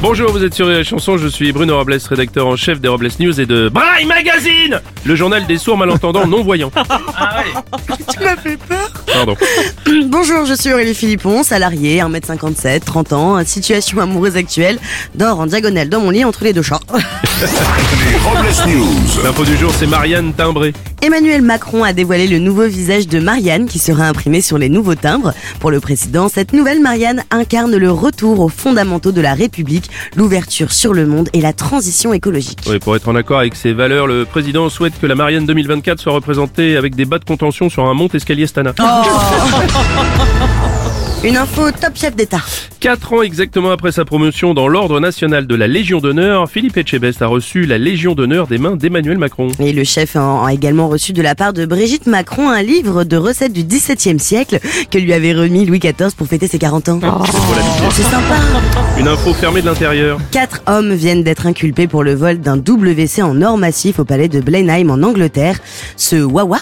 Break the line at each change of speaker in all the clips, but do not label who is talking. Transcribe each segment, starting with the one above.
Bonjour, vous êtes sur les chansons, je suis Bruno Robles, rédacteur en chef des Robles News et de Braille Magazine, le journal des sourds malentendants non-voyants.
Tu m'as fait peur.
Pardon.
Bonjour, je suis Aurélie Philippon, salariée, 1m57, 30 ans, situation amoureuse actuelle, dors en diagonale dans mon lit entre les deux chats.
Les Robles News.
L'info du jour, c'est Marianne Timbré.
Emmanuel Macron a dévoilé le nouveau visage de Marianne qui sera imprimé sur les nouveaux timbres. Pour le président, cette nouvelle Marianne incarne le retour aux fondamentaux de la République, l'ouverture sur le monde et la transition écologique.
Oui, pour être en accord avec ses valeurs, le président souhaite que la Marianne 2024 soit représentée avec des bas de contention sur un mont-escalier Stana.
Une info top chef d'État.
Quatre ans exactement après sa promotion dans l'ordre national de la Légion d'honneur, Philippe Etchebest a reçu la Légion d'honneur des mains d'Emmanuel Macron.
Et le chef en- a également reçu de la part de Brigitte Macron un livre de recettes du XVIIe siècle que lui avait remis Louis XIV pour fêter ses 40 ans. c'est sympa
Une info fermée de l'intérieur.
Quatre hommes viennent d'être inculpés pour le vol d'un WC en or massif au palais de Blenheim en Angleterre. Ce Wawa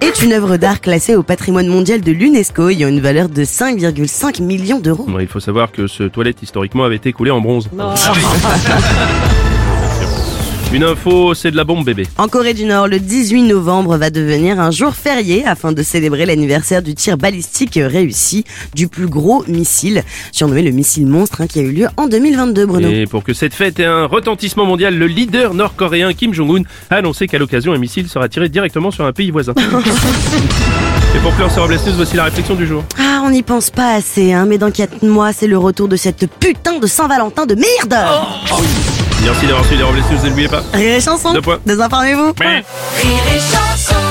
est une œuvre d'art classée au patrimoine mondial de l'UNESCO ayant une valeur de 5,5 millions d'euros.
Bon, il faut savoir que ce toilette historiquement avait été coulé en bronze. Une info, c'est de la bombe bébé.
En Corée du Nord, le 18 novembre va devenir un jour férié afin de célébrer l'anniversaire du tir balistique réussi du plus gros missile, surnommé le missile monstre, hein, qui a eu lieu en 2022, Bruno.
Et pour que cette fête ait un retentissement mondial, le leader nord-coréen Kim Jong-un a annoncé qu'à l'occasion, un missile sera tiré directement sur un pays voisin. Et pour clore ce Robles News, voici la réflexion du jour.
Ah, on n'y pense pas assez, hein, mais dans 4 mois, c'est le retour de cette putain de Saint-Valentin de merde
Oh Merci d'avoir suivi les Robles News, n'oubliez pas.
Rire et chanson,
Deux points.
Ah. désinformez-vous
Rire et chanson